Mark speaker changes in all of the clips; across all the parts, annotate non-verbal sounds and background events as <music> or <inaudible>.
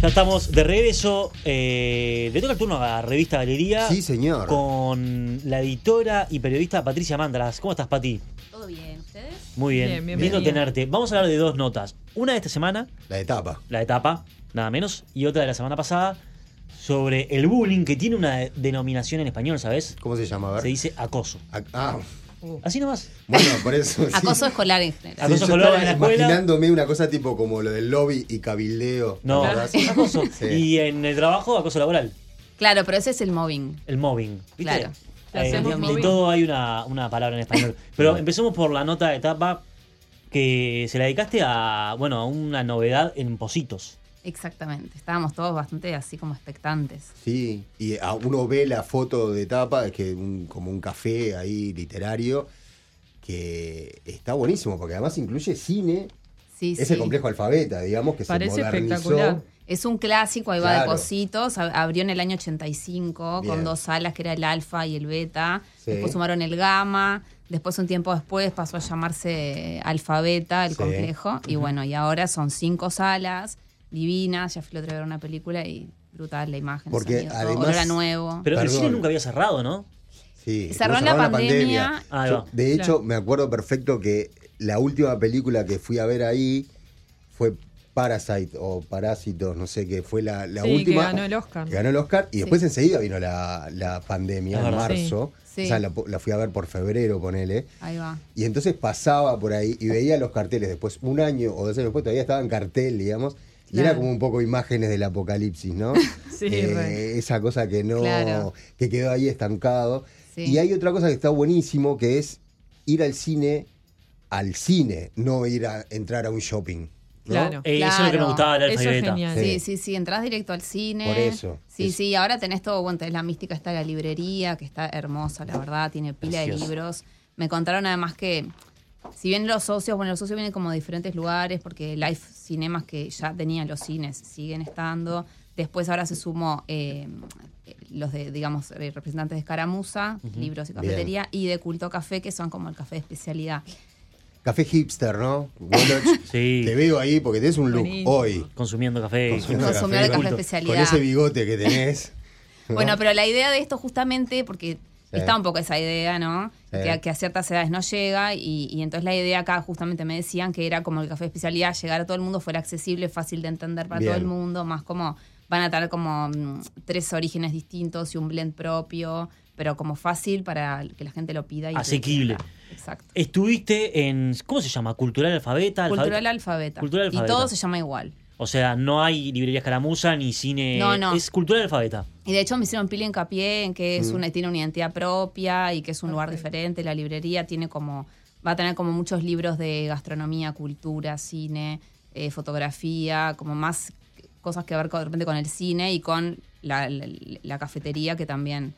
Speaker 1: Ya estamos de regreso. Eh, le toca el turno a Revista Galería.
Speaker 2: Sí, señor.
Speaker 1: Con la editora y periodista Patricia Mandras. ¿Cómo estás, Pati?
Speaker 3: ¿Todo bien? ¿Ustedes?
Speaker 1: Muy bien.
Speaker 4: Bien, bienvenida.
Speaker 1: Lindo tenerte. Vamos a hablar de dos notas. Una de esta semana,
Speaker 2: La etapa.
Speaker 1: la de etapa, nada menos, y otra de la semana pasada, sobre el bullying, que tiene una de- denominación en español, ¿sabes?
Speaker 2: ¿Cómo se llama? A ver.
Speaker 1: Se dice acoso.
Speaker 2: A- ah,
Speaker 1: Así nomás.
Speaker 2: bueno, por eso. sí.
Speaker 3: Acoso
Speaker 2: Sí,
Speaker 3: escolar en general.
Speaker 1: acoso
Speaker 2: yo
Speaker 1: escolar
Speaker 2: estaba
Speaker 1: en la escuela.
Speaker 2: Imaginándome una cosa tipo como lo del lobby y cabildeo.
Speaker 1: No,
Speaker 2: ¿te acordás?
Speaker 1: es acoso.
Speaker 2: <laughs> Sí.
Speaker 1: Y en el trabajo, acoso laboral,
Speaker 3: Claro, pero ese es el mobbing.
Speaker 1: el mobbing. ¿viste?
Speaker 3: Claro.
Speaker 1: Eh, de,
Speaker 4: Hacemos
Speaker 1: de
Speaker 4: mobbing.
Speaker 1: todo hay una, una palabra en español. Pero empecemos por la nota de etapa que se la dedicaste a, bueno, a una novedad en Positos.
Speaker 3: Exactamente. Estábamos todos bastante así como expectantes.
Speaker 2: Sí, y a- uno ve la foto de tapa, es que un- como un café ahí literario, que está buenísimo, porque además incluye cine,
Speaker 3: Sí,
Speaker 2: ese
Speaker 3: sí.
Speaker 2: complejo alfabeta, digamos, que
Speaker 4: Parece
Speaker 2: se modernizó.
Speaker 4: espectacular.
Speaker 3: Es un clásico, ahí va
Speaker 2: Claro.
Speaker 3: de cositos. ab- Abrió en el año 85
Speaker 2: Bien.
Speaker 3: con dos salas, que era el alfa y el beta.
Speaker 2: Sí.
Speaker 3: Después sumaron el gamma. Después, un tiempo después, pasó a llamarse alfabeta, el
Speaker 2: Sí.
Speaker 3: complejo. Y bueno, y ahora son cinco salas divinas. Ya fui la otra vez a ver una película y brutal la imagen. el
Speaker 2: Porque
Speaker 3: sonido, todo,
Speaker 2: además-
Speaker 3: olor a nuevo.
Speaker 1: Pero el
Speaker 2: Perdón.
Speaker 1: cine nunca había cerrado, ¿no?
Speaker 2: Sí,
Speaker 3: Cerró
Speaker 2: nos
Speaker 3: en la
Speaker 2: cerraron
Speaker 3: pandemia.
Speaker 1: Ahí
Speaker 2: Yo,
Speaker 1: va.
Speaker 2: de hecho,
Speaker 4: Claro.
Speaker 2: me acuerdo perfecto que la última película que fui a ver ahí fue Parasite o Parásitos, no sé qué, fue la, la
Speaker 4: Sí, que
Speaker 2: última.
Speaker 4: ganó el Oscar.
Speaker 2: que ganó el Oscar y después enseguida vino la, la pandemia
Speaker 1: Es
Speaker 2: en
Speaker 1: verdad.
Speaker 2: marzo.
Speaker 3: Sí.
Speaker 2: O sea, la, la fui a ver por febrero, ponele.
Speaker 3: Ahí va.
Speaker 2: Y entonces pasaba por ahí y veía los carteles. Después, un año o dos años después, todavía estaba en cartel, digamos. Y era
Speaker 3: Claro.
Speaker 2: como un poco imágenes del apocalipsis,
Speaker 3: <laughs>
Speaker 2: ¿no?
Speaker 4: Sí,
Speaker 2: Eh,
Speaker 4: re.
Speaker 2: esa cosa que no.
Speaker 3: Claro.
Speaker 2: que quedó ahí estancado.
Speaker 3: Sí.
Speaker 2: Y hay otra cosa que está buenísimo, que es ir al cine, al cine, no ir a entrar a un shopping. ¿no?
Speaker 4: Claro.
Speaker 1: Eh, Eso es lo que me
Speaker 3: Claro.
Speaker 1: gustaba de la
Speaker 4: Eso es
Speaker 1: alfabeta.
Speaker 4: genial.
Speaker 3: Sí, sí, sí, entras directo al cine.
Speaker 2: Por eso.
Speaker 3: Sí,
Speaker 2: Eso.
Speaker 3: sí, ahora tenés todo, bueno, tenés la mística, está la librería, que está hermosa, la verdad, tiene pila
Speaker 1: Precioso.
Speaker 3: de libros. Me contaron además que, si bien los socios, bueno, los socios vienen como de diferentes lugares, porque Life Cinemas que ya tenían los cines siguen estando. Después ahora se sumó eh, los de, digamos, eh, representantes de Escaramuza, libros y
Speaker 2: Bien.
Speaker 3: cafetería, y de Culto Café, que son como el café de especialidad.
Speaker 2: Café hipster, ¿no?
Speaker 3: <laughs>
Speaker 2: Woloch,
Speaker 1: Sí.
Speaker 2: Te veo ahí porque tenés un look
Speaker 4: Buenísimo.
Speaker 2: hoy.
Speaker 1: Consumiendo café.
Speaker 2: Consumiendo
Speaker 3: Consumidor de café
Speaker 1: Culto.
Speaker 2: Con
Speaker 3: especialidad.
Speaker 2: ese bigote que tenés. ¿no?
Speaker 3: Bueno, pero la idea de esto justamente, porque
Speaker 2: Sí.
Speaker 3: está un poco esa idea, ¿no?
Speaker 2: Sí.
Speaker 3: Que, a- que a ciertas edades no llega y, y entonces la idea acá justamente me decían que era como el café de especialidad, llegar a todo el mundo, fuera accesible, fácil de entender para todo
Speaker 2: Bien.
Speaker 3: el mundo, más como van a tener como mm, tres orígenes distintos y un blend propio, pero como fácil para que la gente lo pida. Y
Speaker 1: Asequible.
Speaker 3: Exacto.
Speaker 1: Estuviste en. ¿Cómo se llama? Cultural alfabeta.
Speaker 3: Cultural
Speaker 1: Alfabeta.
Speaker 3: alfabeta.
Speaker 1: Cultural
Speaker 3: Y
Speaker 1: alfabeta.
Speaker 3: todo se llama igual.
Speaker 1: O sea, no hay librería escaramuza ni cine.
Speaker 3: No, no.
Speaker 1: Es cultural alfabeta.
Speaker 3: Y de hecho me hicieron pila hincapié en que es una, tiene una identidad propia y que es un lugar diferente. La librería tiene como, va a tener como muchos libros de gastronomía, cultura, cine, eh, fotografía, como más cosas que ver con, de repente con el cine y con la, la- la cafetería que también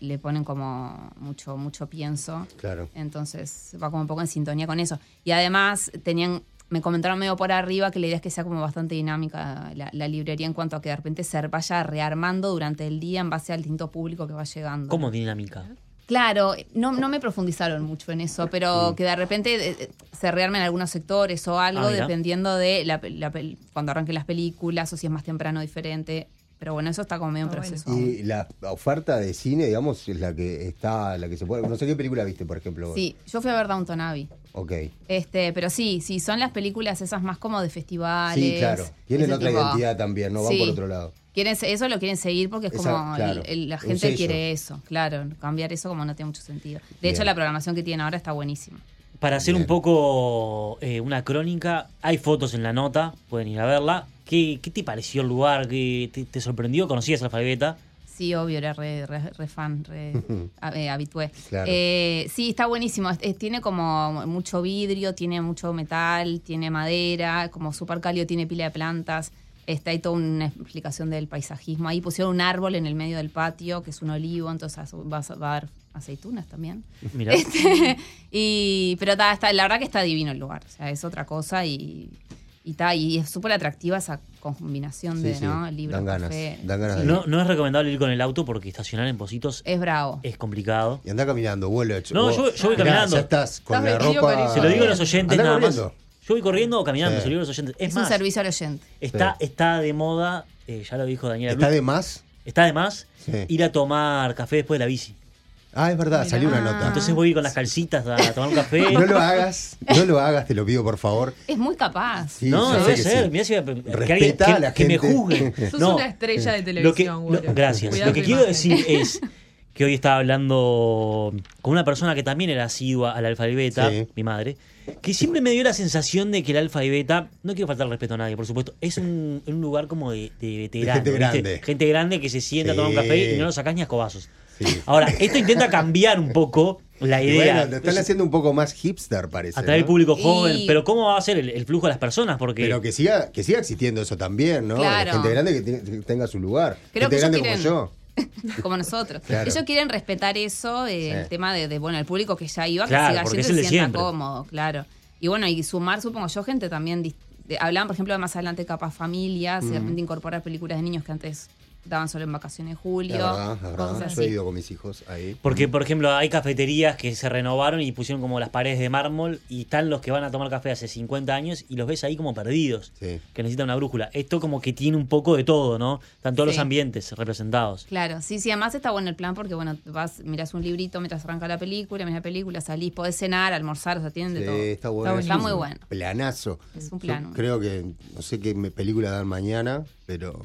Speaker 3: le ponen como mucho, mucho pienso.
Speaker 2: Claro.
Speaker 3: Entonces va como un poco en sintonía con eso. Y además tenían, me comentaron medio por arriba que la idea es que sea como bastante dinámica la, la librería en cuanto a que de repente se vaya rearmando durante el día en base al distinto público que va llegando.
Speaker 1: ¿Cómo dinámica?
Speaker 3: Claro, no, no me profundizaron mucho en eso, pero que de repente eh, se rearmen algunos sectores o algo,
Speaker 1: Ah, mira.
Speaker 3: dependiendo de la, pe- la pel- cuando arranquen las películas o si es más temprano o diferente. Pero bueno, eso está como medio en
Speaker 4: Está bueno.
Speaker 3: proceso. aún.
Speaker 2: Y la oferta de cine, digamos, es la que está, la que se puede. No sé qué película viste, por ejemplo. vos.
Speaker 3: Sí, yo fui a ver Downton Abbey.
Speaker 2: Ok.
Speaker 3: Este, pero sí, sí, son las películas esas más como de festivales.
Speaker 2: Sí, claro. Tienen
Speaker 3: ese
Speaker 2: otra
Speaker 3: tipo.
Speaker 2: identidad también, no van
Speaker 3: Sí.
Speaker 2: por otro lado.
Speaker 3: Quieren, se- eso lo quieren seguir porque es
Speaker 2: Esa-
Speaker 3: como el-
Speaker 2: claro,
Speaker 3: el- la
Speaker 2: un
Speaker 3: gente
Speaker 2: sello.
Speaker 3: quiere eso, claro. Cambiar eso como no tiene mucho sentido. De
Speaker 2: Bien.
Speaker 3: hecho, la programación que tienen ahora está buenísima.
Speaker 1: Para hacer
Speaker 2: Bien.
Speaker 1: un poco eh, una crónica, hay fotos en la nota, pueden ir a verla. ¿Qué, qué te pareció el lugar? ¿Qué te, te sorprendió? ¿Conocías alfabeta?
Speaker 3: Sí, obvio, era re, re- re
Speaker 2: <laughs>
Speaker 3: fan, re a- eh, habitué.
Speaker 2: Claro.
Speaker 3: Eh, sí, está buenísimo. Es- es- tiene como mucho vidrio, tiene mucho metal, tiene madera, como súper cálido, tiene pila de plantas. Está ahí toda una explicación del paisajismo. Ahí pusieron un árbol en el medio del patio, que es un olivo, entonces va a, va a haber aceitunas también. <laughs>
Speaker 1: Mirá.
Speaker 3: Este- y pero ta, está- la verdad que está divino el lugar o sea es otra cosa y y, ta, y es súper atractiva esa combinación de
Speaker 2: Sí, sí,
Speaker 3: no libro
Speaker 2: dan ganas,
Speaker 3: café.
Speaker 2: dan ganas de ir.
Speaker 1: No, no es recomendable ir con el auto porque estacionar en Positos es,
Speaker 3: es bravo
Speaker 1: complicado.
Speaker 2: Y anda caminando, Woloch.
Speaker 1: No,
Speaker 2: vos-
Speaker 1: yo- yo voy
Speaker 2: Mirá,
Speaker 1: caminando.
Speaker 2: Ya estás con
Speaker 4: Estás
Speaker 2: la
Speaker 4: vestido con
Speaker 2: ropa.
Speaker 4: eso.
Speaker 1: Se lo digo a los oyentes
Speaker 2: Ah. Andá
Speaker 1: nada
Speaker 2: corriendo.
Speaker 1: más. Yo voy corriendo o caminando,
Speaker 2: Sí.
Speaker 1: se lo digo a los oyentes. Es,
Speaker 3: es
Speaker 1: más,
Speaker 3: un servicio al oyente
Speaker 1: está, está de moda eh, ya lo dijo Daniela
Speaker 2: ¿Está
Speaker 1: Blum,
Speaker 2: de más?
Speaker 1: está de más
Speaker 2: Sí.
Speaker 1: ir a tomar café después de la bici.
Speaker 2: Ah, es verdad,
Speaker 3: Mirá.
Speaker 2: salió una nota.
Speaker 1: Entonces voy con las calcitas a, a tomar un café.
Speaker 2: <laughs> No lo hagas, no lo hagas, te lo pido por favor.
Speaker 3: Es muy capaz.
Speaker 2: Sí,
Speaker 1: no,
Speaker 2: yo
Speaker 1: no
Speaker 2: sé
Speaker 1: debe
Speaker 2: que
Speaker 1: ser.
Speaker 2: sí.
Speaker 1: Mirá si voy a- que,
Speaker 2: Respetá
Speaker 1: alguien- que-
Speaker 2: a la
Speaker 1: que me
Speaker 2: gente.
Speaker 1: juzgue.
Speaker 2: <laughs>
Speaker 4: Sos
Speaker 1: no, eh,
Speaker 4: una estrella de
Speaker 1: lo que,
Speaker 4: televisión,
Speaker 1: lo-
Speaker 4: Guaro.
Speaker 1: gracias.
Speaker 4: Cuidá
Speaker 1: lo que
Speaker 4: tu
Speaker 1: quiero
Speaker 4: imagen.
Speaker 1: decir es que hoy estaba hablando con una persona que también era asidua al alfa y beta,
Speaker 2: Sí.
Speaker 1: mi madre, que siempre me dio la sensación de que el alfa y beta, no quiero faltar respeto a nadie, por supuesto, es un, un lugar como de, de veterano.
Speaker 2: gente
Speaker 1: ¿viste?
Speaker 2: grande.
Speaker 1: Gente grande que se sienta a tomar un
Speaker 2: Sí.
Speaker 1: café y no lo sacás ni a escobazos.
Speaker 2: Sí.
Speaker 1: Ahora, esto intenta cambiar un poco la
Speaker 2: Y
Speaker 1: Ah, idea.
Speaker 2: Bueno, lo están haciendo un poco más hipster, parece.
Speaker 1: atraer
Speaker 2: ¿no?
Speaker 1: público joven,
Speaker 3: Y-
Speaker 1: pero ¿cómo va a ser el, el flujo de las personas? Porque
Speaker 2: Pero que siga, que siga existiendo eso también, ¿no?
Speaker 3: Claro.
Speaker 2: Gente grande que, te- que tenga su lugar. gente
Speaker 3: Creo que ellos
Speaker 2: grande como
Speaker 3: quieren-
Speaker 2: yo.
Speaker 3: como nosotros.
Speaker 2: Claro.
Speaker 3: Ellos quieren respetar eso, eh,
Speaker 2: Sí.
Speaker 3: el tema de, de, bueno, el público que ya iba,
Speaker 1: Claro,
Speaker 3: que siga
Speaker 1: porque es
Speaker 3: yendo y
Speaker 1: el
Speaker 3: se
Speaker 1: de
Speaker 3: sienta
Speaker 1: siempre.
Speaker 3: cómodo, claro. Y bueno, y sumar, supongo yo, gente también. dis- de- hablaban, por ejemplo, de más adelante capaz familias,
Speaker 2: Mm.
Speaker 3: y de repente incorporar películas de niños que antes daban solo en vacaciones de
Speaker 2: La
Speaker 3: julio.
Speaker 2: verdad, la verdad.
Speaker 3: cosas
Speaker 2: Yo he
Speaker 3: así.
Speaker 2: ido con mis hijos ahí.
Speaker 1: Porque, por ejemplo, hay cafeterías que se renovaron y pusieron como las paredes de mármol y están los que van a tomar café hace 50 años y los ves ahí como perdidos,
Speaker 2: Sí.
Speaker 1: que necesitan una brújula. Esto como que tiene un poco de todo, ¿no? Están todos los
Speaker 3: Sí.
Speaker 1: ambientes representados.
Speaker 3: Claro, sí, sí, además está bueno el plan porque, bueno, vas, mirás un librito mientras arranca la película, mirás la película, salís, podés cenar, almorzar, o sea, tienen de
Speaker 2: Sí,
Speaker 3: todo.
Speaker 2: está bueno.
Speaker 3: Está
Speaker 2: Es
Speaker 3: muy
Speaker 2: un
Speaker 3: bueno.
Speaker 2: Planazo.
Speaker 3: Es un
Speaker 2: Yo
Speaker 3: plano.
Speaker 2: creo que, no sé qué me- película dan mañana, pero.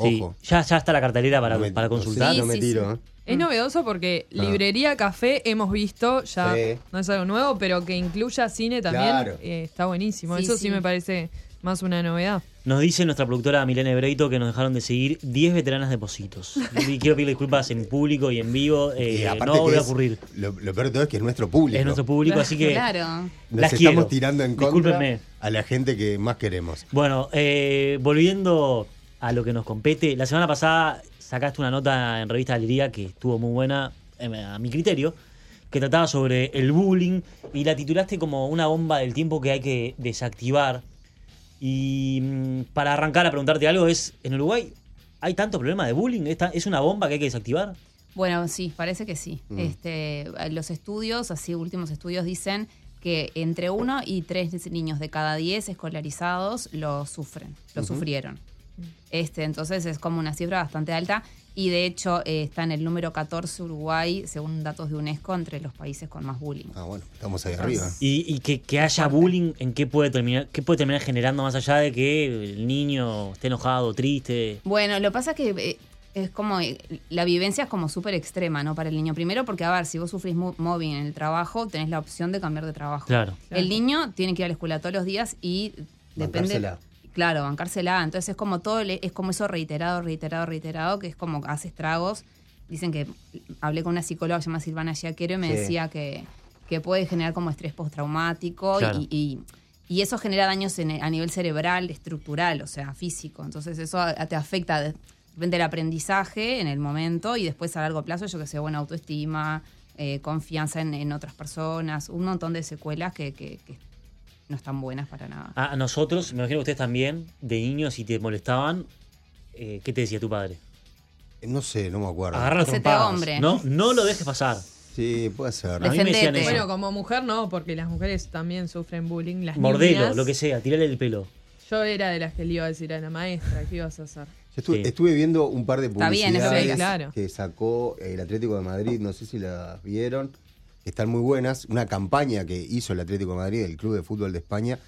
Speaker 1: Sí,
Speaker 2: Ojo.
Speaker 1: ya, ya está la cartelera para,
Speaker 2: No me-
Speaker 1: para
Speaker 2: no sé,
Speaker 1: consultar.
Speaker 2: No me
Speaker 3: Sí, sí,
Speaker 2: tiro,
Speaker 3: sí.
Speaker 2: ¿eh?
Speaker 4: Es novedoso
Speaker 1: Ah.
Speaker 4: porque librería, café hemos visto, ya
Speaker 2: Sí.
Speaker 4: no es algo nuevo, pero que incluya cine también
Speaker 2: Claro.
Speaker 4: eh, está buenísimo.
Speaker 3: Sí,
Speaker 4: Eso
Speaker 3: sí.
Speaker 4: sí me parece más una novedad.
Speaker 1: Nos dice nuestra productora Milena Breito que nos dejaron de seguir 10 veteranas de
Speaker 3: <laughs>
Speaker 1: Positos. Y quiero pedirle disculpas en público y en vivo. eh,
Speaker 2: Y aparte
Speaker 1: no va a
Speaker 2: que
Speaker 1: volver a
Speaker 2: es-
Speaker 1: ocurrir.
Speaker 2: Lo, lo peor de todo es que es nuestro público.
Speaker 1: Es nuestro público, así que
Speaker 3: <laughs> Claro.
Speaker 2: Nos
Speaker 1: las
Speaker 2: estamos
Speaker 1: quiero.
Speaker 2: tirando en contra
Speaker 1: Discúlpenme.
Speaker 2: a la gente que más queremos.
Speaker 1: Bueno, eh, volviendo a lo que nos compete, la semana pasada sacaste una nota en revista Alegría que estuvo muy buena, em, a mi criterio, que trataba sobre el bullying y la titulaste como una bomba del tiempo que hay que desactivar. Y mm, para arrancar a preguntarte algo es, ¿en Uruguay hay tanto problema de bullying? ¿Esta- ¿Es una bomba que hay que desactivar?
Speaker 3: Bueno, sí, parece que sí. Este, los estudios, así últimos estudios, dicen que entre uno y tres niños de cada diez escolarizados lo sufren, lo sufrieron. Este, entonces es como una cifra bastante alta y de hecho eh, está en el número 14 Uruguay, según datos de UNESCO, entre los países con más bullying.
Speaker 2: Ah, bueno, estamos ahí arriba.
Speaker 1: Y, y que, que haya bullying, ¿en qué puede terminar? ¿Qué puede terminar generando más allá de que el niño esté enojado, triste?
Speaker 3: Bueno, lo pasa que eh, es como eh, la vivencia es como súper extrema, ¿no? Para el niño. Primero, porque a ver, si vos sufrís mo- mobbing en el trabajo, tenés la opción de cambiar de trabajo.
Speaker 1: Claro.
Speaker 3: El niño tiene que ir a la escuela todos los días y depende.
Speaker 2: Bancársela.
Speaker 3: Claro, bancársela. Entonces es como todo, le- es como eso reiterado, reiterado, reiterado, que es como hace estragos. Dicen que hablé con una psicóloga llamada Silvana Giaquero y me
Speaker 2: Sí.
Speaker 3: decía que, que puede generar como estrés postraumático y-
Speaker 1: Claro.
Speaker 3: y, y eso genera daños en- a nivel cerebral, estructural, o sea, físico. Entonces eso a- te afecta de repente el aprendizaje en el momento y después a largo plazo, yo que sé, buena autoestima, eh, confianza en, en otras personas, un montón de secuelas que, que- que no están buenas para nada.
Speaker 1: A a nosotros, me imagino que ustedes también, de niños, si te molestaban, eh, ¿qué te decía tu padre?
Speaker 2: No sé, no me acuerdo.
Speaker 1: Agarra los
Speaker 3: Hacete
Speaker 1: trompadas.
Speaker 3: hombre.
Speaker 1: No, no lo dejes pasar.
Speaker 2: Sí, puede ser.
Speaker 1: A mí me decían
Speaker 3: Defendete.
Speaker 1: eso.
Speaker 4: Bueno, como mujer no, porque las mujeres también sufren bullying. Las
Speaker 1: Mordelo,
Speaker 4: niñas.
Speaker 1: lo que sea, tirale el pelo.
Speaker 4: Yo era de las que le iba a decir a la maestra, ¿qué ibas a hacer?
Speaker 2: Yo estuve,
Speaker 1: Sí.
Speaker 2: estuve viendo un par de
Speaker 3: Está
Speaker 2: publicidades
Speaker 3: bien, es lo que
Speaker 4: digas. Claro.
Speaker 2: que sacó el Atlético de Madrid, no sé si las vieron, están muy buenas, una campaña que hizo el Atlético de Madrid, el Club de Fútbol de España,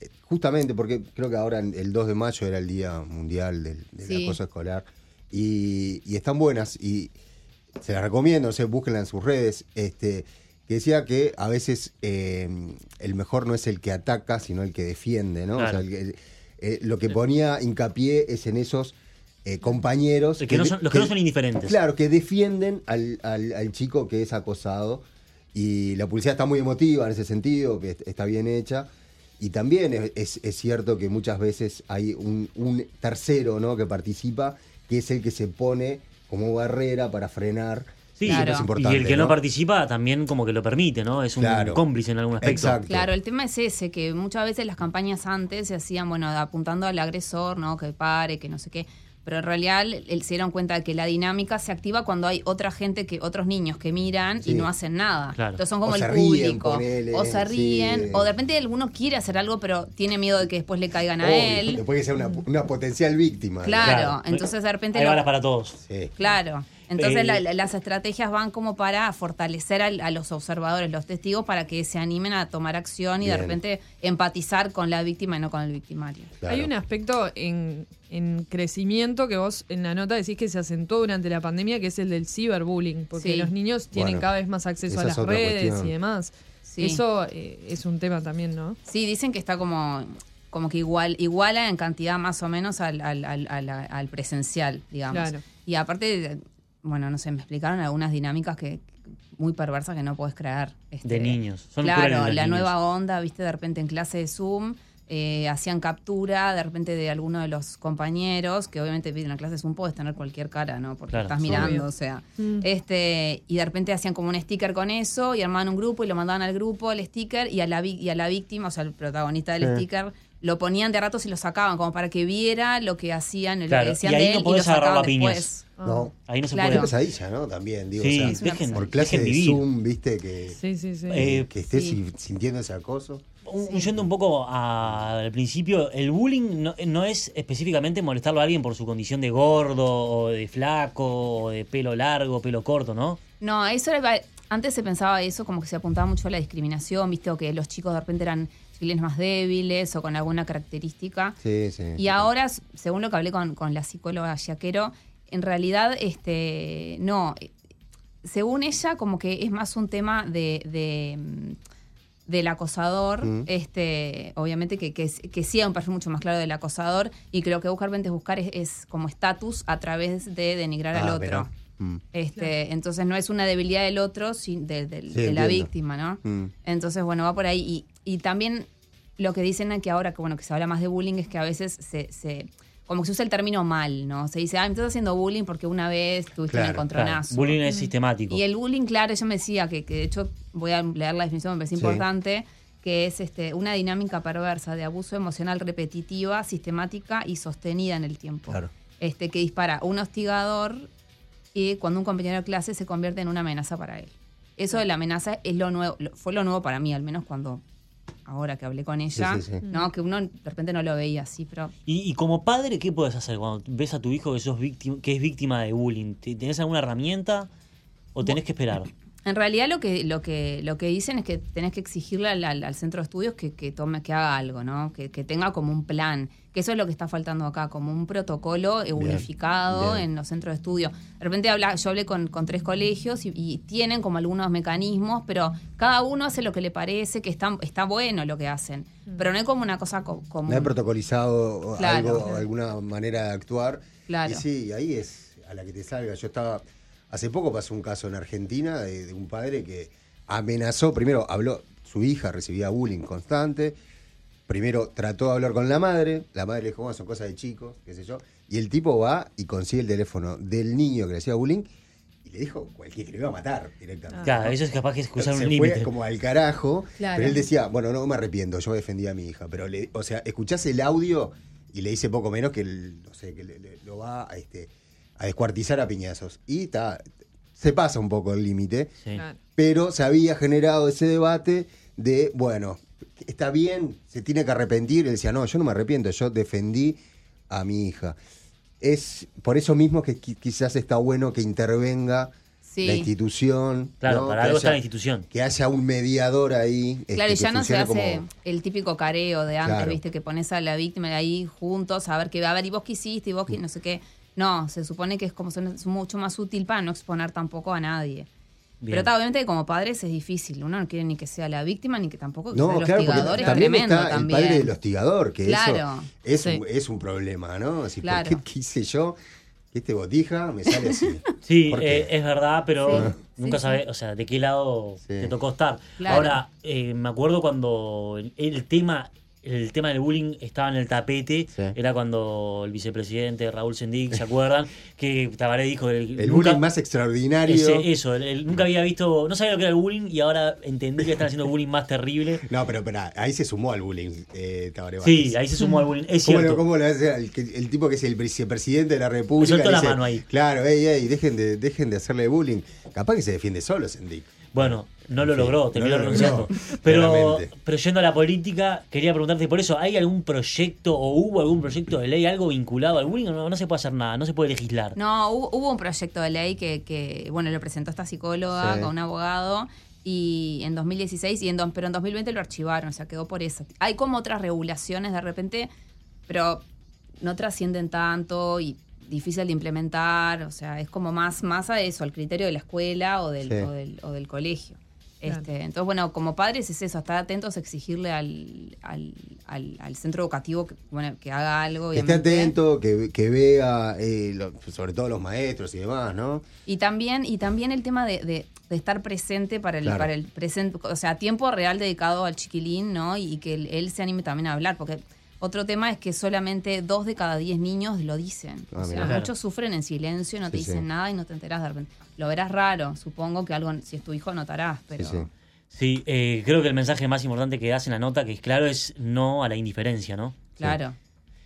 Speaker 2: eh, justamente porque creo que ahora en- el 2 de mayo era el Día Mundial del, del
Speaker 3: Sí.
Speaker 2: Acoso Escolar, y, y están buenas, y se las recomiendo, o sea, búsquenla en sus redes, este, que decía que a veces eh, el mejor no es el que ataca, sino el que defiende, ¿no? O sea,
Speaker 1: Claro.
Speaker 2: el que- el- eh, lo que ponía hincapié es en esos eh, compañeros.
Speaker 1: Que no son- los que no son indiferentes.
Speaker 2: Claro, que defienden al, al- al chico que es acosado. Y la publicidad está muy emotiva en ese sentido, que est- está bien hecha. Y también es, es- es cierto que muchas veces hay un, un tercero ¿no? que participa, que es el que se pone como barrera para frenar.
Speaker 1: Sí,
Speaker 2: Eso
Speaker 3: Claro.
Speaker 2: es
Speaker 1: y
Speaker 2: importante,
Speaker 1: el que no, participa también como que lo permite, ¿no? Es un
Speaker 2: Claro.
Speaker 1: cómplice en algún aspecto.
Speaker 2: Exacto.
Speaker 3: Claro, el tema es ese, que muchas veces las campañas antes se hacían, bueno, apuntando al agresor, ¿no? Que pare, que no sé qué. Pero en realidad el- se dieron cuenta de que la dinámica se activa cuando hay otra gente, que otros niños que miran
Speaker 2: Sí.
Speaker 3: y no hacen nada.
Speaker 1: Claro.
Speaker 3: Entonces son como
Speaker 2: O
Speaker 3: el
Speaker 2: se ríen,
Speaker 3: público.
Speaker 2: ponele,
Speaker 3: o se
Speaker 2: sí.
Speaker 3: ríen. O de repente alguno quiere hacer algo, pero tiene miedo de que después le caigan a
Speaker 2: Obvio,
Speaker 3: él.
Speaker 2: Después que sea una, una potencial víctima.
Speaker 3: Claro. entonces de repente
Speaker 1: Hay
Speaker 3: lo-
Speaker 1: balas para todos.
Speaker 2: Sí.
Speaker 3: Claro. Entonces
Speaker 1: Eh,
Speaker 3: la- la- las estrategias van como para fortalecer al- a los observadores, los testigos, para que se animen a tomar acción y de
Speaker 2: Bien.
Speaker 3: repente empatizar con la víctima y no con el victimario.
Speaker 2: claro.
Speaker 4: Hay un aspecto en, en crecimiento que vos en la nota decís que se acentuó durante la pandemia, que es el del ciberbullying, porque
Speaker 3: Sí.
Speaker 4: los niños tienen
Speaker 2: Bueno,
Speaker 4: cada vez más acceso
Speaker 2: esa
Speaker 4: a
Speaker 2: es
Speaker 4: las
Speaker 2: otra
Speaker 4: redes
Speaker 2: cuestión.
Speaker 4: y demás.
Speaker 3: Sí.
Speaker 4: Eso eh, es un tema también, ¿no?
Speaker 3: Sí, dicen que está como, como que igual, iguala en cantidad más o menos al, al- al- al- al presencial, digamos.
Speaker 4: Claro.
Speaker 3: Y aparte, bueno, no sé, me explicaron algunas dinámicas que muy perversas que no puedes creer. este,
Speaker 1: De niños. Son crueles
Speaker 3: claro,
Speaker 1: los
Speaker 3: la
Speaker 1: niños.
Speaker 3: nueva onda, viste, de repente en clase de Zoom. eh, hacían captura de repente de alguno de los compañeros que obviamente viste, en la clase de Zoom puedes tener cualquier cara no porque
Speaker 1: Claro,
Speaker 3: estás
Speaker 1: obvio.
Speaker 3: mirando o sea
Speaker 4: Mm.
Speaker 3: este y de repente hacían como un sticker con eso y armaban un grupo y lo mandaban al grupo el sticker y a la vi- y a la víctima o sea el protagonista del
Speaker 2: Sí.
Speaker 3: sticker lo ponían de a ratos y lo sacaban como para que viera lo que hacían lo que
Speaker 1: Claro,
Speaker 3: decían
Speaker 1: y ahí
Speaker 3: de
Speaker 1: no
Speaker 3: él y
Speaker 1: podés
Speaker 3: lo sacaban
Speaker 1: agarrarlo a piñas.
Speaker 3: después
Speaker 2: No.
Speaker 1: Ahí no se
Speaker 3: Claro.
Speaker 2: Qué
Speaker 1: puede.
Speaker 2: pesadilla, ¿no? También, digo,
Speaker 1: Sí,
Speaker 2: o sea,
Speaker 1: dejen,
Speaker 2: por clase
Speaker 1: dejen
Speaker 2: de
Speaker 1: vivir.
Speaker 2: Zoom, viste, que,
Speaker 4: Sí, sí, sí.
Speaker 1: Eh,
Speaker 2: que estés
Speaker 3: sí.
Speaker 2: sintiendo ese acoso.
Speaker 1: Un- Yendo un poco a- al principio, el bullying no, no es específicamente molestarlo a alguien por su condición de gordo o de flaco o de pelo largo, pelo corto, ¿no?
Speaker 3: No, eso era- antes se pensaba eso como que se apuntaba mucho a la discriminación, viste, o que los chicos de repente eran chilenos más débiles o con alguna característica.
Speaker 2: Sí, sí.
Speaker 3: Y ahora, s- según lo que hablé con, con la psicóloga Yaquero, en realidad, este, no. eh, Según ella, como que es más un tema de. de, mm, del acosador,
Speaker 2: Mm.
Speaker 3: este, obviamente que, que, s- que sí hay un perfil mucho más claro del acosador y que lo que busca realmente es buscar es, es como estatus a través de denigrar al
Speaker 2: Ah,
Speaker 3: otro.
Speaker 2: pero, mm,
Speaker 3: Este, Entonces no es una debilidad del otro, sin- de, del-
Speaker 2: Sí,
Speaker 3: de la
Speaker 2: entiendo.
Speaker 3: víctima, ¿no?
Speaker 2: mm.
Speaker 3: Entonces, bueno, va por ahí. Y, y también lo que dicen es que ahora que, bueno, que se habla más de bullying es que a veces se, se- como que se usa el término mal, ¿no? Se dice, ah, me estás haciendo bullying porque una vez tuviste
Speaker 2: Claro,
Speaker 3: un encontronazo.
Speaker 1: Bullying es sistemático.
Speaker 3: Y el bullying, claro, yo me decía que, que de hecho voy a leer la definición, me parece
Speaker 2: Sí.
Speaker 3: importante, que es este, una dinámica perversa de abuso emocional repetitiva, sistemática y sostenida en el tiempo.
Speaker 2: Claro.
Speaker 3: Este, que dispara un hostigador y cuando un compañero de clase se convierte en una amenaza para él. Eso de la amenaza es lo nuevo, lo- fue lo nuevo para mí, al menos cuando ahora que hablé con ella,
Speaker 2: sí, sí.
Speaker 3: no, que uno de repente no lo veía así, pero
Speaker 1: Y, y como padre, ¿qué puedes hacer cuando ves a tu hijo que, sos víctima, que es víctima de bullying? ¿Te- ¿Tenés alguna herramienta o tenés que esperar?
Speaker 3: En realidad lo que, lo que, lo que dicen es que tenés que exigirle al, al- al centro de estudios que, que tome, que haga algo, ¿no? Que, que tenga como un plan. Que eso es lo que está faltando acá, como un protocolo eh,
Speaker 2: Bien,
Speaker 3: unificado
Speaker 2: bien.
Speaker 3: en los centros de estudio. De repente habla, yo hablé con, con tres colegios y, y tienen como algunos mecanismos, pero cada uno hace lo que le parece, que está, está bueno lo que hacen. Pero no hay como una cosa co- común.
Speaker 2: No he protocolizado
Speaker 3: Claro.
Speaker 2: algo, alguna manera de actuar.
Speaker 3: Claro.
Speaker 2: Y sí, ahí es a la que te salga. Yo estaba. Hace poco pasó un caso en Argentina de, de un padre que amenazó. Primero habló, su hija recibía bullying constante. Primero trató de hablar con la madre. La madre le dijo, bueno, son cosas de chicos, qué sé yo. Y el tipo va y consigue el teléfono del niño que le hacía bullying y le dijo cualquier que le iba a matar
Speaker 3: Ah.
Speaker 2: directamente.
Speaker 1: Claro, eso es capaz que es cruzar
Speaker 2: se
Speaker 1: un
Speaker 2: Fue
Speaker 1: límite.
Speaker 2: como al carajo.
Speaker 4: Claro.
Speaker 2: Pero él decía, bueno, no me arrepiento, yo defendí a mi hija. Pero, le, o sea, escuchás el audio y le dice poco menos que, el- no sé, que le- le- lo va a, este, a descuartizar a piñazos. Y ta, se pasa un poco el límite,
Speaker 1: Sí.
Speaker 4: Claro.
Speaker 2: pero se había generado ese debate de, bueno, está bien, se tiene que arrepentir. Él decía, no, yo no me arrepiento, yo defendí a mi hija. Es por eso mismo que qui- quizás está bueno que intervenga
Speaker 3: Sí.
Speaker 2: la institución.
Speaker 1: Claro,
Speaker 2: ¿no?
Speaker 1: para
Speaker 2: Que
Speaker 1: algo está
Speaker 2: haya-
Speaker 1: la institución.
Speaker 2: que haya un mediador ahí. este,
Speaker 3: Claro, y
Speaker 2: que
Speaker 3: ya no se
Speaker 2: funcione
Speaker 3: hace
Speaker 2: como-
Speaker 3: el típico careo de antes,
Speaker 2: Claro.
Speaker 3: viste, que pones a la víctima ahí juntos a ver qué va a ver y vos qué hiciste y vos qué no sé qué. No, se supone que es como son- es mucho más útil para no exponer tampoco a nadie.
Speaker 1: Bien.
Speaker 3: Pero ta, obviamente como padres es difícil, uno no quiere ni que sea la víctima ni que tampoco que sea
Speaker 2: No,
Speaker 3: el
Speaker 2: claro, porque
Speaker 3: hostigador, es
Speaker 2: también
Speaker 3: tremendo
Speaker 2: está
Speaker 3: también.
Speaker 2: el padre del hostigador, que
Speaker 3: Claro,
Speaker 2: eso es,
Speaker 4: sí.
Speaker 2: un, es un problema, ¿no? Así,
Speaker 3: Claro.
Speaker 2: ¿por qué, qué hice yo? Que este botija me sale así.
Speaker 1: <laughs> Sí,
Speaker 2: ¿Por qué?
Speaker 1: eh, es verdad, pero
Speaker 3: Sí,
Speaker 1: nunca
Speaker 3: sí,
Speaker 1: sabes, o sea, de qué lado
Speaker 2: Sí.
Speaker 1: te tocó estar.
Speaker 3: Claro.
Speaker 1: Ahora, eh, me acuerdo cuando el, el tema, el tema del bullying estaba en el tapete.
Speaker 5: Sí.
Speaker 1: Era cuando el vicepresidente Raúl Sendic, ¿se
Speaker 2: <laughs>
Speaker 1: acuerdan? que Tabaré dijo... El,
Speaker 2: El
Speaker 1: nunca-
Speaker 2: bullying más extraordinario.
Speaker 1: ese- eso, el- el- nunca había visto, no sabía lo que era el bullying y ahora entendí que están haciendo bullying más
Speaker 2: <laughs>
Speaker 1: terrible.
Speaker 2: No, pero espera, ahí se sumó al bullying, eh, Tabaré
Speaker 1: Sí,
Speaker 2: Vázquez.
Speaker 1: ahí se sumó al bullying. Es
Speaker 2: ¿Cómo,
Speaker 1: cierto.
Speaker 2: lo- cómo lo hace el, que- el tipo que es el vicepresidente de la República?
Speaker 1: soltó la
Speaker 2: dice,
Speaker 1: mano ahí.
Speaker 2: Claro, ey, ey, dejen de, dejen de hacerle bullying. Capaz que se defiende solo, Sendik.
Speaker 1: Bueno, no lo
Speaker 2: Sí,
Speaker 1: logró,
Speaker 2: no
Speaker 1: terminó
Speaker 2: lo
Speaker 1: renunciando.
Speaker 2: <laughs> logró,
Speaker 1: Pero,
Speaker 2: claramente.
Speaker 1: pero yendo a la política, quería preguntarte por eso, ¿hay algún proyecto o hubo algún proyecto de ley, algo vinculado al bullying? o No, no se puede hacer nada, no se puede legislar.
Speaker 3: No, hubo, hubo un proyecto de ley que, que, bueno, lo presentó esta psicóloga
Speaker 5: Sí.
Speaker 3: con un abogado y en 2016 y en dos- pero en 2020 lo archivaron, o sea, quedó por eso. Hay como otras regulaciones de repente, pero no trascienden tanto y difícil de implementar, o sea, es como más, más a eso, al criterio de la escuela o del,
Speaker 5: Sí.
Speaker 3: o del, o del colegio.
Speaker 4: Claro.
Speaker 3: Este, entonces, bueno, como padres es eso, estar atentos a exigirle al, al, al- al centro educativo que, bueno, que haga algo.
Speaker 2: Que esté
Speaker 3: obviamente.
Speaker 2: atento, que, que vea, eh, lo- sobre todo los maestros y demás, ¿no?
Speaker 3: Y también, y también el tema de, de- de estar presente para el,
Speaker 2: Claro.
Speaker 3: para el presente, o sea, tiempo real dedicado al chiquilín, ¿no? Y, que él, él se anime también a hablar, porque otro tema es que solamente dos de cada diez niños lo dicen.
Speaker 2: Ah,
Speaker 3: o sea,
Speaker 2: mirá.
Speaker 1: Claro.
Speaker 3: muchos sufren en silencio, no te
Speaker 2: Sí, sí.
Speaker 3: dicen nada y no te enterás de repente. Lo verás raro, supongo que algo, si es tu hijo, notarás, pero...
Speaker 2: Sí, sí.
Speaker 1: Sí, eh, creo que el mensaje más importante que hace la nota, que es claro, es no a la indiferencia, ¿no?
Speaker 3: Claro.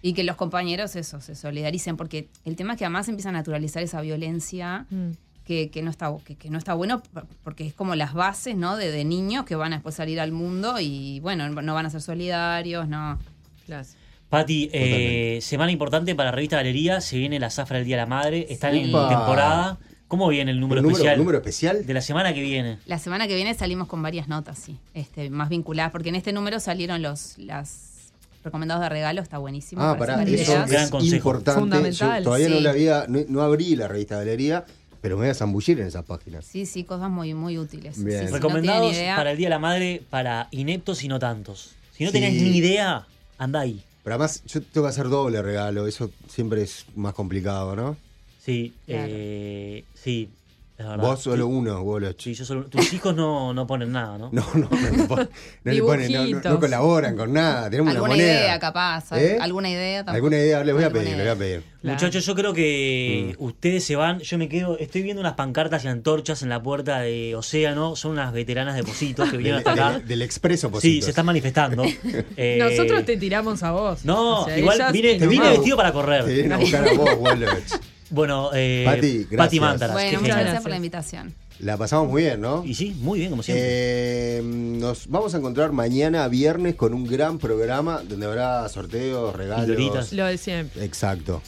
Speaker 3: Y que los compañeros, eso, se solidaricen, porque el tema es que además empiezan a naturalizar esa violencia
Speaker 1: eh.
Speaker 4: Mm.
Speaker 3: que, que no está, que, que no está bueno, p- porque es como las bases, ¿no? De, de niños que van a después salir al mundo y, bueno, no van a ser solidarios, ¿no?
Speaker 4: Claro.
Speaker 1: Pati, eh, semana importante para Revista Galería, se viene la zafra del Día de la Madre, están en
Speaker 2: Upa.
Speaker 1: temporada. ¿Cómo viene el número,
Speaker 2: ¿Un número
Speaker 1: especial?
Speaker 2: número especial?
Speaker 1: De la semana que viene.
Speaker 3: La semana que viene salimos con varias notas, sí, este, más vinculadas, porque en este número salieron los las recomendados de regalo, está buenísimo.
Speaker 2: Ah,
Speaker 3: para
Speaker 2: pará,
Speaker 3: sacar
Speaker 2: eso
Speaker 3: ideas.
Speaker 1: Gran
Speaker 2: es
Speaker 1: consejo.
Speaker 2: importante. Yo
Speaker 4: Fundamental,
Speaker 2: todavía no
Speaker 3: sí.
Speaker 2: la había, no, no abrí la revista Galería, pero me voy a zambullir en esas páginas.
Speaker 3: Sí, sí, cosas muy, muy útiles.
Speaker 2: Bien.
Speaker 3: Sí, sí, no
Speaker 1: Recomendados
Speaker 3: tienen idea.
Speaker 1: para el Día de la Madre para ineptos y no tantos. Si no
Speaker 2: Sí.
Speaker 1: tenés ni idea, anda ahí.
Speaker 2: Pero además, yo tengo que hacer doble regalo, eso siempre es más complicado, ¿no?
Speaker 1: Sí,
Speaker 3: Claro.
Speaker 1: eh, sí, es verdad.
Speaker 2: Vos solo uno, vos los
Speaker 1: Sí,
Speaker 2: chicos.
Speaker 1: yo solo- Tus hijos no, no ponen nada, ¿no?
Speaker 2: No, no, no, le pon- no le ponen, no, no- no
Speaker 4: Dibujitos.
Speaker 2: colaboran con nada, tenemos una
Speaker 3: Alguna
Speaker 2: moneda.
Speaker 3: idea, capaz.
Speaker 2: ¿Eh?
Speaker 3: Alguna idea. tampoco.
Speaker 2: Alguna idea, les voy a
Speaker 3: Alguna
Speaker 2: pedir, les voy
Speaker 3: idea.
Speaker 2: a pedir.
Speaker 4: Claro.
Speaker 1: Muchachos, yo creo que
Speaker 2: Mm.
Speaker 1: ustedes se van. Yo me quedo. Estoy viendo unas pancartas y antorchas en la puerta de Océano. Son unas veteranas de Positos que vinieron
Speaker 2: Del,
Speaker 1: hasta acá.
Speaker 2: del- del expreso, por
Speaker 1: Sí, se están
Speaker 2: <laughs>
Speaker 1: manifestando. Eh,
Speaker 4: Nosotros te tiramos a vos.
Speaker 1: No,
Speaker 4: O sea,
Speaker 1: igual
Speaker 4: ellas
Speaker 1: vine,
Speaker 4: te
Speaker 1: vine
Speaker 4: nomás.
Speaker 1: vestido para correr.
Speaker 2: Te vienen a buscar a vos, Wallach.
Speaker 1: Bueno, eh,
Speaker 2: Pati,
Speaker 1: Pati,
Speaker 2: gracias.
Speaker 1: Mántaras. qué
Speaker 3: Bueno,
Speaker 1: genia.
Speaker 3: muchas gracias,
Speaker 4: genial.
Speaker 3: por la invitación.
Speaker 2: La pasamos muy bien, ¿no?
Speaker 1: Y sí, muy bien, como siempre.
Speaker 2: Eh, nos vamos a encontrar mañana viernes con un gran programa donde habrá sorteos, regalos.
Speaker 1: Pildoritas.
Speaker 4: Lo de siempre.
Speaker 2: Exacto.